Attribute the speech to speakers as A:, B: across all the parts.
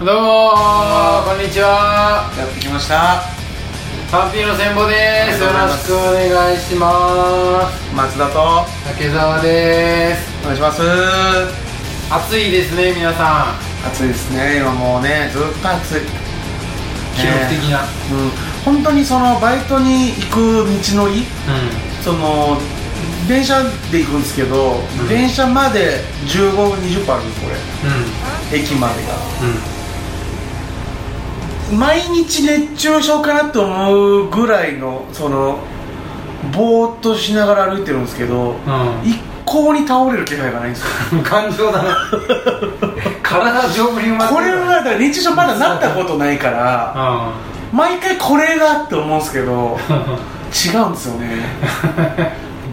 A: どうもーこんにちは
B: やってきました
A: ハッピーの千保ですよ
B: ありがとうござ
A: ろ
B: いま
A: し
B: す
A: くお願いします
B: 松田とお
A: 竹澤です
B: 願いします
A: 暑いですね皆さん
B: 暑いですね今もうねずっと暑い
A: 記録的な、
B: うん本当にそのバイトに行く道のりその電車で行くんですけど、
A: うん
B: 電車まで15分20分あるんですこれ駅までが
A: うんうん
B: 毎日熱中症かなと思うぐらいのそのぼーっとしながら歩いてるんですけど、
A: うん
B: 一向に倒れる気配がないんですよ
A: うん感情だな体丈夫に埋まって
B: これ
A: る
B: はだから熱中症まだなったことないから毎回これがって思うんですけど 違うんですよ ね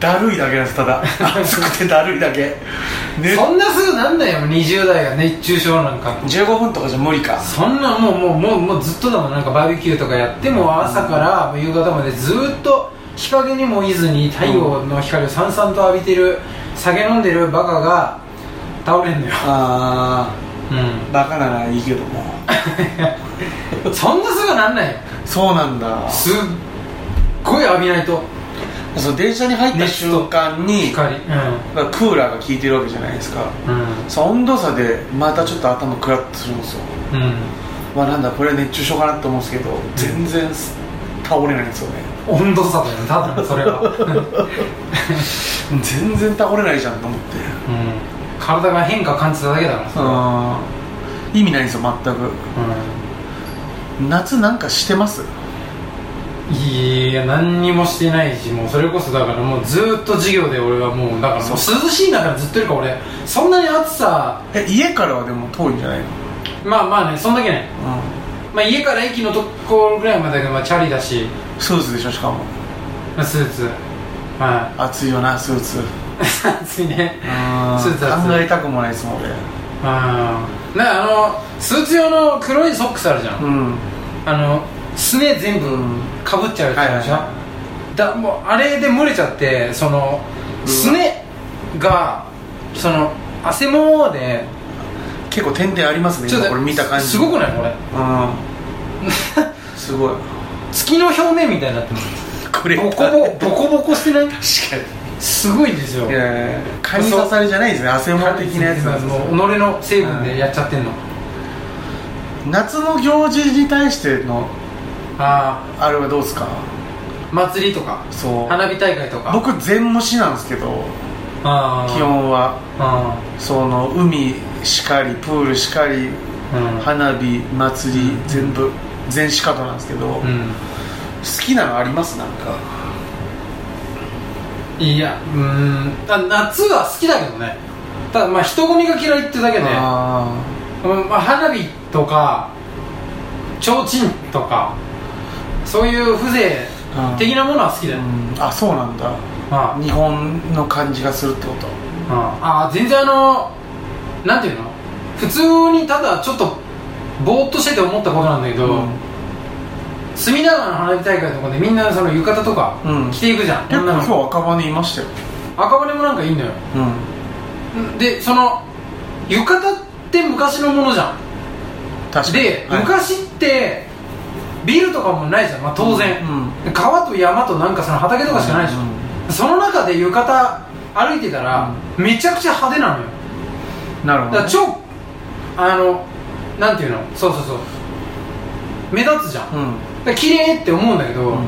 B: だるいだけなんですただ暑くてだるいだけ、
A: う
B: ね
A: ん、、そんなすぐなんだよ20代が熱中症なんか
B: 15分とかじゃ無理か
A: そんなもうもうもうもうずっとだもんなんかバーベキューとかやっても朝から夕方までずっと日陰にもいずに太陽の光をさんさんと浴びてる酒飲んでるバカが倒れんのよ
B: あ
A: う
B: あバカならいいけども
A: んそんなすぐなんないよ
B: そうなんだ
A: すっごい浴びないと
B: そう電車に入った
A: 熱と
B: 瞬間にだか
A: 光うん
B: らクーラーが効いてるわけじゃないですか
A: うん
B: そう温度差でまたちょっと頭クラッとするんですよ
A: うん
B: まあなんだこれ熱中症かなと思うんですけど全然す倒れないんですよね
A: 温度差だよねただのそれ は
B: 全然倒れないじゃんと思って
A: うん体が変化感じただけだからそれは
B: うん意味ないんですよ全く
A: うん
B: 夏なんかしてます
A: いや何にもしてないしもうそれこそだからもうずーっと授業で俺はもうだからもう涼しい中でずっといるから俺そんなに暑さ
B: え家からはでも遠いんじゃないの
A: まあまあねそんだけね、まあ、家から駅のところぐらいまでがまあチャリだし
B: うんスーツでしょしかも
A: まあスーツは
B: 暑いよなスー
A: い
B: ツ
A: 暑いね
B: ス
A: スーツ暑い
B: 考えたくもないですもん俺
A: うんなあのスーツ用の黒いソックスあるじゃん、
B: うん
A: あのすね全部
B: うん
A: かぶっちゃうやつあるじゃん、
B: はいは
A: だもうあれで漏れちゃってその
B: うん
A: すねがその汗もで
B: 結構点々ありますね
A: ちょっ
B: 今
A: と
B: これ見た感じ
A: すごくないこれ
B: うん すごい
A: 月の表面みたいになってる
B: これ
A: ボコボコボコボコしてない
B: 確か
A: すごいんですよ
B: にいやいや蚊に刺されじゃないですね汗も的なやつなんですよ
A: もう己の成分でやっちゃってんの、
B: 夏の行事に対しての
A: あ
B: あれはどうですか
A: あ祭りとか
B: そう
A: 花火大会とか
B: 僕全無視なんですけど
A: あー
B: 基本は
A: あ
B: その海しかりプールしかり
A: ーうん
B: 花火祭り全部全仕方なんですけど、好
A: うん
B: きなのありますなんか
A: いやうーんあ夏は好きだけどねただまあ人混みが嫌いってだけで、
B: あ
A: うんまあ、花火とか提灯とかそういう風情的なものは好きだ
B: ー、
A: よ、
B: うん、あそうなんだ
A: まあ
B: 日本の感じがするってこと
A: ああ全然あのなんていうの普通にただちょっとぼーっとしてて思ったことなんだけど、隅田川の花火大会とかでみんなその浴衣とか
B: うん
A: 着ていくじゃん、
B: 結
A: 女
B: 構今
A: の
B: 日
A: 子
B: 赤羽いましたよ、
A: 赤羽もなんかいいんだよ
B: うん、
A: でその浴衣って昔のものじゃん
B: 確かに
A: で、
B: はい
A: 昔ってビルとかもないじゃん、まあ、当然、
B: う
A: 川と山となんかその畑とかしかないでしょ、
B: うん
A: その中で浴衣歩いてたら、めちゃくちゃ派手なのよ
B: なる
A: だ
B: ほ
A: か
B: ど
A: ら超あのなんていうのそうそうそう目立つじゃん、だか
B: うん
A: ら綺麗って思うんだけど、
B: うん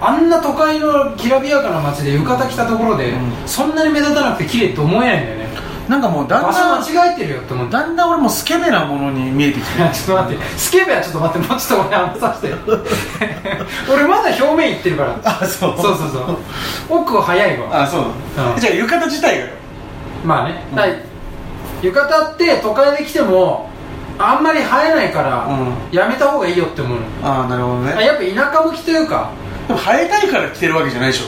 A: あんな都会のきらびやかな街で浴衣着たところで、
B: うん
A: そんなに目立たなくて綺麗って思えないんだよね
B: なんかもうだ
A: 場
B: んだん
A: 所間違えてるよって思 って
B: だんだん俺もスケベなものに見えてきて
A: いや ちょっと待って、スケベはちょっと待って、もうちょっと俺話させて 俺まだ表面いってるから
B: あそ
A: そうそうそう奥は早いわ
B: あそうなの
A: うん
B: じゃあ浴衣自体が
A: まあね、
B: うん
A: だから浴衣って都会で来てもあんまり映えないから、
B: う
A: やめた方がいいよって思うの
B: ああなるほど
A: あ
B: ね
A: やっぱ田舎向きというか
B: でも生えたいから着てるわけじゃないでしょ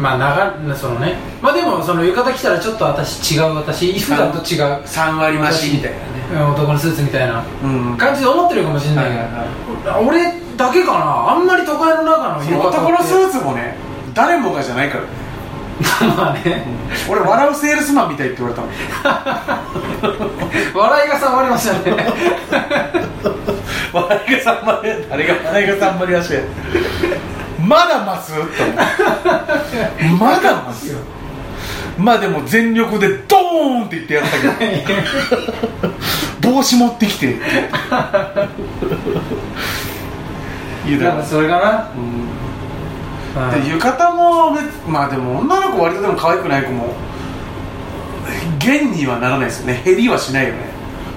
A: まあ長そのねまあでもその浴衣着たらちょっと私違う私普段と違う
B: 3割増しみたいなね
A: うん男のスーツみたいな
B: うん
A: 感じで思ってるかもしれないけど、
B: はいはい
A: 俺だけかなあんまり都会の中の
B: その
A: 浴衣
B: 男の
A: って
B: スーツもね誰もがじゃないからね
A: まあね
B: 俺笑うセールスマンみたいって言われたもん
A: 笑いが3割ましたね
B: 笑いがさんまりあれが笑いがさんまりだしまだますと思ってまだますまあでも全力でドーンって言ってやったけど帽子持ってきてって言う
A: なんかそれかな、
B: で浴衣も別まあでも女の子割とでも可愛くない子も現にはならないですよね減りはしないよね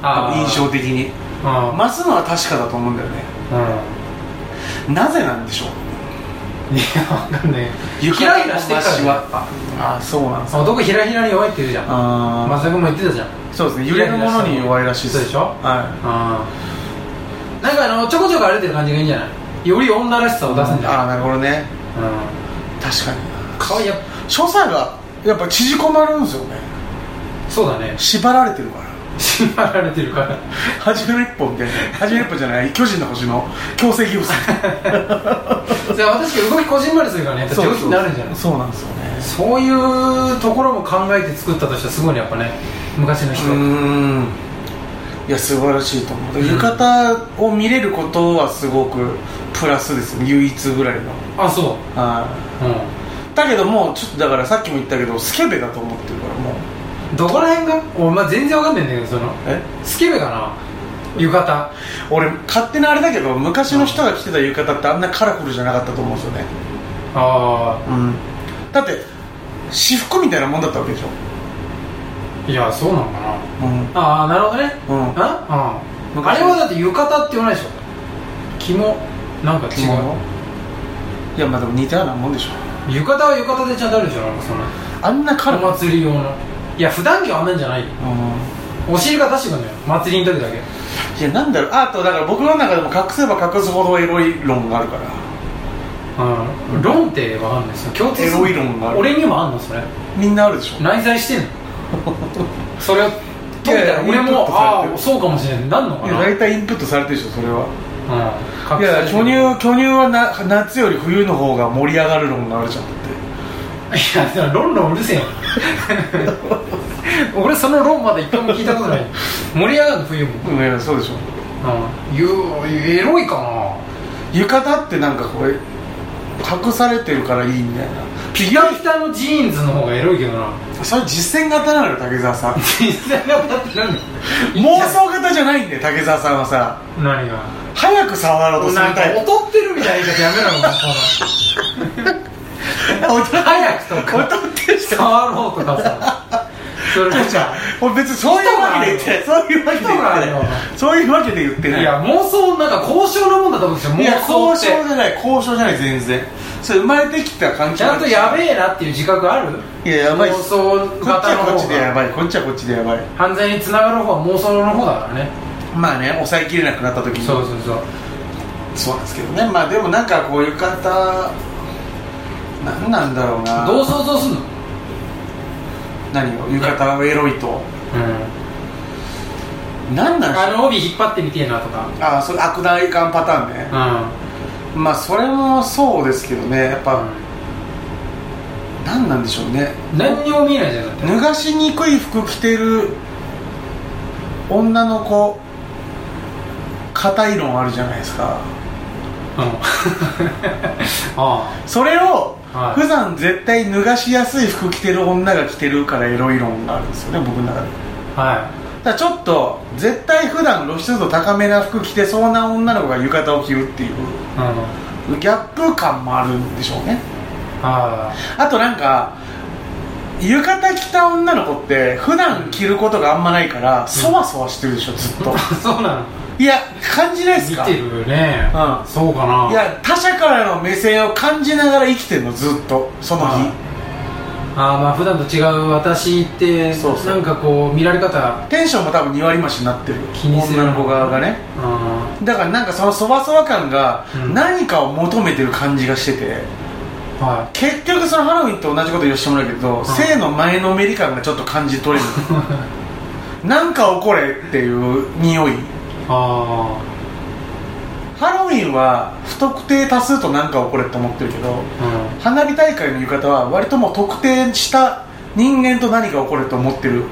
A: あー
B: 印象的に
A: うん
B: 増すのは確かだと思うんだよね
A: う
B: なぜなんでしょうん
A: いやわかんない
B: 雪
A: ひらひらしてるからねやっぱ
B: ああそうなんです
A: 男ひらひらに弱いって言うじゃん
B: あ
A: まさくんも言ってたじゃん
B: あそうですね揺れるものに弱いらしい
A: そうでしょ
B: は
A: うんなんかあのちょこちょこ歩いてる感じがいいんじゃないより女らしさを出すん
B: い
A: じゃ
B: あ
A: ない
B: あなるほどね
A: うん
B: 確かに
A: 顔やっ
B: 所作がやっぱ縮こまるんですよね
A: そうだね
B: 縛られてるから
A: 縛られてる から
B: 初めの一歩みたいな初めの一歩じゃない巨人の星の強制 義務
A: じゃあ私動きこじんまりするからねやっぱ上手になるんじゃない
B: そうなんですよね
A: そういうところも考えて作ったとしてはすごいねやっぱね昔の
B: う
A: 人
B: ーんいや素晴らしいと思う、
A: うん
B: 浴衣を見れることはすごくプラスですね唯一ぐらいの
A: あそ
B: は
A: うう
B: いだけどもうちょっとだからさっきも言ったけどスケベだと思ってるからもうん
A: どこら辺がお前全然わかんないんだけどその
B: え
A: スケベかな浴衣
B: 俺勝手なあれだけど昔の人が着てた浴衣ってあんなカラフルじゃなかったと思うんですよね
A: あ
B: うんだって私服みたいなもんだったわけでしょ
A: あいやそうなのかな
B: うん
A: ああなるほどね
B: うん
A: あうん
B: 昔
A: あれはだって浴衣って言わないでしょ肝なんか違
B: 着物
A: う
B: いやまあでも似たようなもんでしょ
A: 浴衣は浴衣でちゃんとあるでしょなんかその
B: あんなカラフ
A: お
B: ル、
A: 祭り用のいや普段着はあんなんじゃないよ
B: うん
A: お尻が出してくんだよ祭りの時だけ
B: いやなんだろうあとだから僕の中でも隠せば隠すほどエロい論があるから
A: うん論ってわかんないですよ共通する
B: エロい論がある
A: 俺にもあんのそれ
B: みんなあるでしょ
A: 内在してんのそれを解いたら
B: いやいや
A: 俺
B: インプッ
A: も
B: トされ
A: あ
B: て
A: あ
B: る
A: そうかもしれないなんの
B: い
A: か
B: や
A: なうん
B: 大体インプットされてるでしょそれは
A: 隠
B: いや
A: され
B: 巨
A: てる
B: 乳巨乳はな夏より冬の方が盛り上がる論があるじゃんだっ
A: いやでもロンロンうるせえよ 俺そのロンまだ一回も聞いたこと ない盛り上がるの冬も
B: てうんいやそうでしょ
A: うんゆエロいか
B: 浴衣ってなんかこれ隠されてるからいいみたいな
A: なピカピカのジーンズの方がエロいけどな
B: それ実践型なのよ竹澤 さん
A: 実際がだって何
B: 妄想型じゃないんだよ竹澤さんはさ
A: 何が
B: 早く触ろうとする
A: なんか
B: タイプ
A: 劣ってるみたいな言い方やめろよそ の早くとか
B: 劣ってる
A: 触ろうとかさそれじゃ
B: 俺別にそういうわけで言ってないそういうわけで言って
A: 人が
B: ないそういうわけで言ってない
A: いや妄想なんか交渉のもんだと思うんですよ
B: いや
A: 妄
B: 交
A: 想っ
B: 渉
A: て
B: じゃない交渉じゃない全然それ生まれてきた関係
A: ちゃんとやべえなっていう自覚ある
B: いややばい
A: 妄想
B: こっち
A: 型の
B: はこっ
A: 方
B: ちでや
A: が
B: ばいこっちはこっちでやばい
A: 犯罪につながる方は妄想の方だからね
B: まあね抑えきれなくなった時に
A: そうそうそう
B: そうなんですけどねまあでもなんかこう浴衣なんなんだろうな
A: どう想像すんの
B: 何を浴衣をエロいと
A: うん
B: なんなんでしょ
A: あ
B: う
A: の帯引っ張ってみてえなとか
B: あそれ悪大感パターンね
A: う
B: まあそれもそうですけどねやっぱ、なんなんでしょうね
A: ん何にも見えないじゃんだって
B: 脱がしにくい服着てる女の子硬い論あるじゃないですか
A: うん あ
B: それを
A: はい
B: 普段絶対脱がしやすい服着てる女が着てるからエロい論があるんですよね僕の中で
A: あは
B: だからちょっと絶対普段露出度高めな服着てそうな女の子が浴衣を着るっていう
A: いうん
B: ギャップ感もあるんでしょうね
A: あ
B: あとなんか浴衣着た女の子って普段着ることがあんまないからそわそわしてるでしょ ずっと
A: あそうなの
B: いや感じないです
A: 見
B: か
A: て
B: い
A: るね
B: うん
A: そうかない
B: や他者からの目線を感じながら生きてるのずっとその日
A: あああまあ普段と違う私って
B: そうそ
A: な
B: う
A: んかこう見られ方
B: テンションも多分2割増しになってる
A: 気にする
B: 女の子側がね
A: あ
B: だからなんかそのそわそわ感が
A: うん
B: 何かを求めてる感じがしてて、
A: あは
B: 結局そのハロウィンと同じこと言わせてもらうけど、性の前のめり感がちょっと感じ取れるなんか起これっていう匂い
A: いあ
B: ハロロウィンは不特定多数と何か起これって思ってるけど花火大会の浴衣は割ともう特定した人間と何か起これと思ってる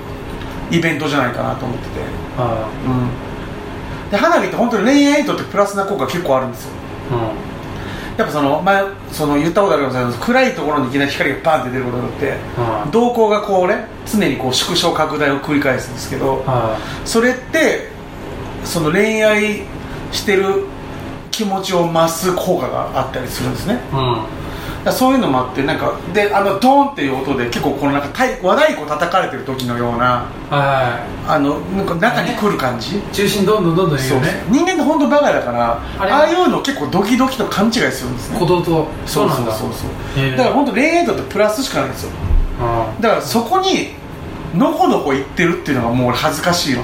B: イベントじゃないかなと思ってて、
A: あ
B: うん、で花火って本当に恋愛にとってプラスな効果結構あるんですよ
A: あ
B: やっぱその前その言ったことあるかもしれないけど暗いところにいきなり光がバンって出ることによって
A: あ
B: 瞳孔がこうね常にこう縮小拡大を繰り返すんですけど
A: あ
B: それってその恋愛してる気持ちを増す効果があったりするんですね
A: うん
B: だからそういうのもあってなんかであのドーンっていう音で結構このなんか太和太鼓叩かれてる時のような
A: は
B: あのなんか中に来る感じ、
A: い中心どんどんどんどんいる
B: そう
A: よ
B: ね
A: ね
B: 人間って本当バカだから
A: あれ
B: ああいうの結構ドキドキと勘違いするんですね
A: 鼓動と
B: そう
A: な
B: そ
A: ん
B: う
A: だ
B: そうそう
A: へえ
B: だから本当恋愛だってプラスしかないんですよ
A: あ
B: だからそこにのこのこ行ってるっていうのがもう俺恥ずか しいの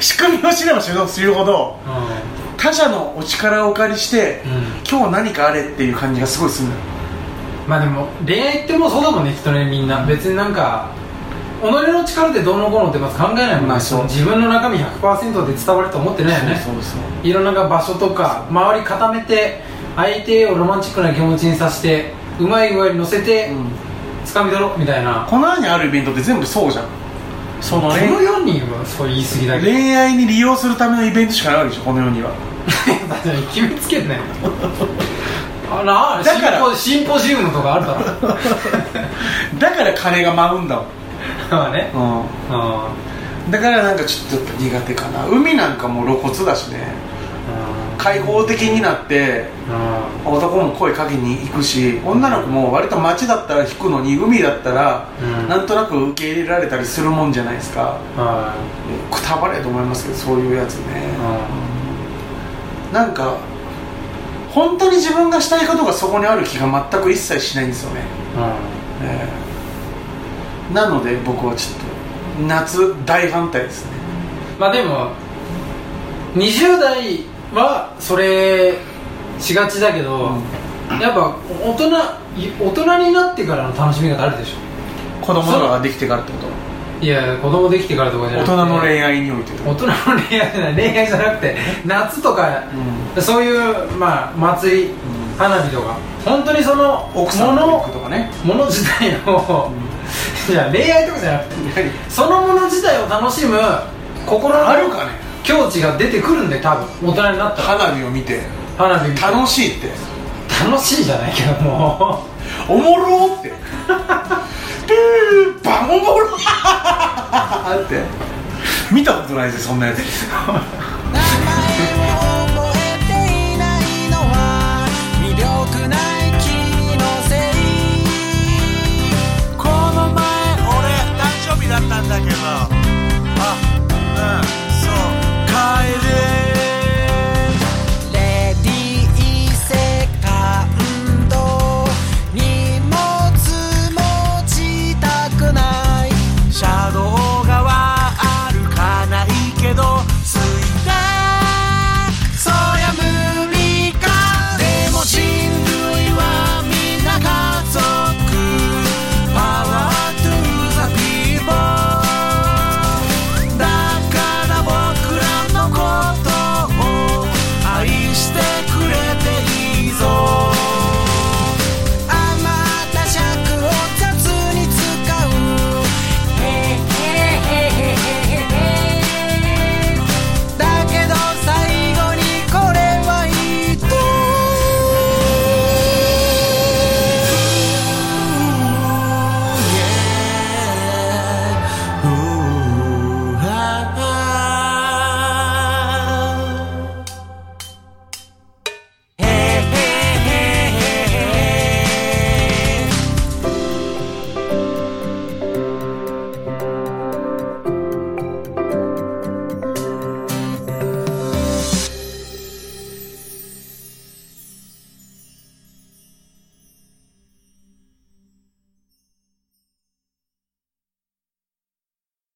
B: 仕組みを知れば知るほど
A: あう
B: 他者のお力をお借りして、
A: うん
B: 今日何かあれっていう感じがすごいするのよ
A: んまあでも恋愛ってもうそうだもんねきっとねみんな別になんか己の力でどうのこうのってまず考えないもん
B: ま
A: ね
B: あそう
A: 自分の中身100%で伝わると思ってないよね
B: そうそう
A: いろんな場所とか周り固めて相手をロマンチックな気持ちにさせてうまい具合に乗せて
B: そう、うん、
A: 掴み取ろうみたいな
B: この世にあるイベントって全部そうじゃんその
A: この
B: 恋
A: 4人はそう言い過ぎだけど
B: 恋愛に利用するためのイベントしかないわけでしょこの世には
A: 決めつけんなよあなあ
B: だから
A: シンポシンポジウムとかあるだろ
B: だから金が舞うんだ
A: まあね
B: もん、
A: あ
B: うん、だからなんかちょっとやっぱ苦手かな海なんかもう露骨だしね開放的になって男も声かけに行くし女の子も割と街だったら引くのに海だったら、
A: うん
B: なんとなく受け入れられたりするもんじゃないですかくたばれと思いますけどそういうやつね、なんか本当に自分がしたいことがそこにある気が全く一切しないんですよね、ええなので僕はちょっと夏大反対ですね
A: まあでも20代はそれしがちだけど、やっぱ大人大人になってからの楽しみ方あるでしょ
B: 子供とかができてからってこと
A: いや子供できてからとかじゃ
B: 大
A: なくて
B: 人の恋愛において
A: 大人の恋愛じゃない恋愛じゃなくて夏とか、そういうまあ祭り、
B: ん
A: 花火とか本当にその
B: 奥さんと行くとかね
A: もの自体を、いや恋愛とかじゃなくてそのもの自体を楽しむ心の
B: あるかね
A: 境地が出てくるんで多分大人になったら
B: 花火を見て
A: 花火見て
B: 楽しいって
A: 楽しいじゃないけども
B: おもろーって ピーバンおもろ ーって見たことないぜそんなやつ
C: 「名前を呼ぶ